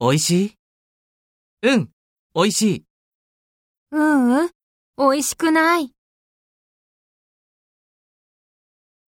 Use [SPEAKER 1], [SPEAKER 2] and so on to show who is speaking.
[SPEAKER 1] 美味しいうん、美味しい。
[SPEAKER 2] ううん、美味しくない。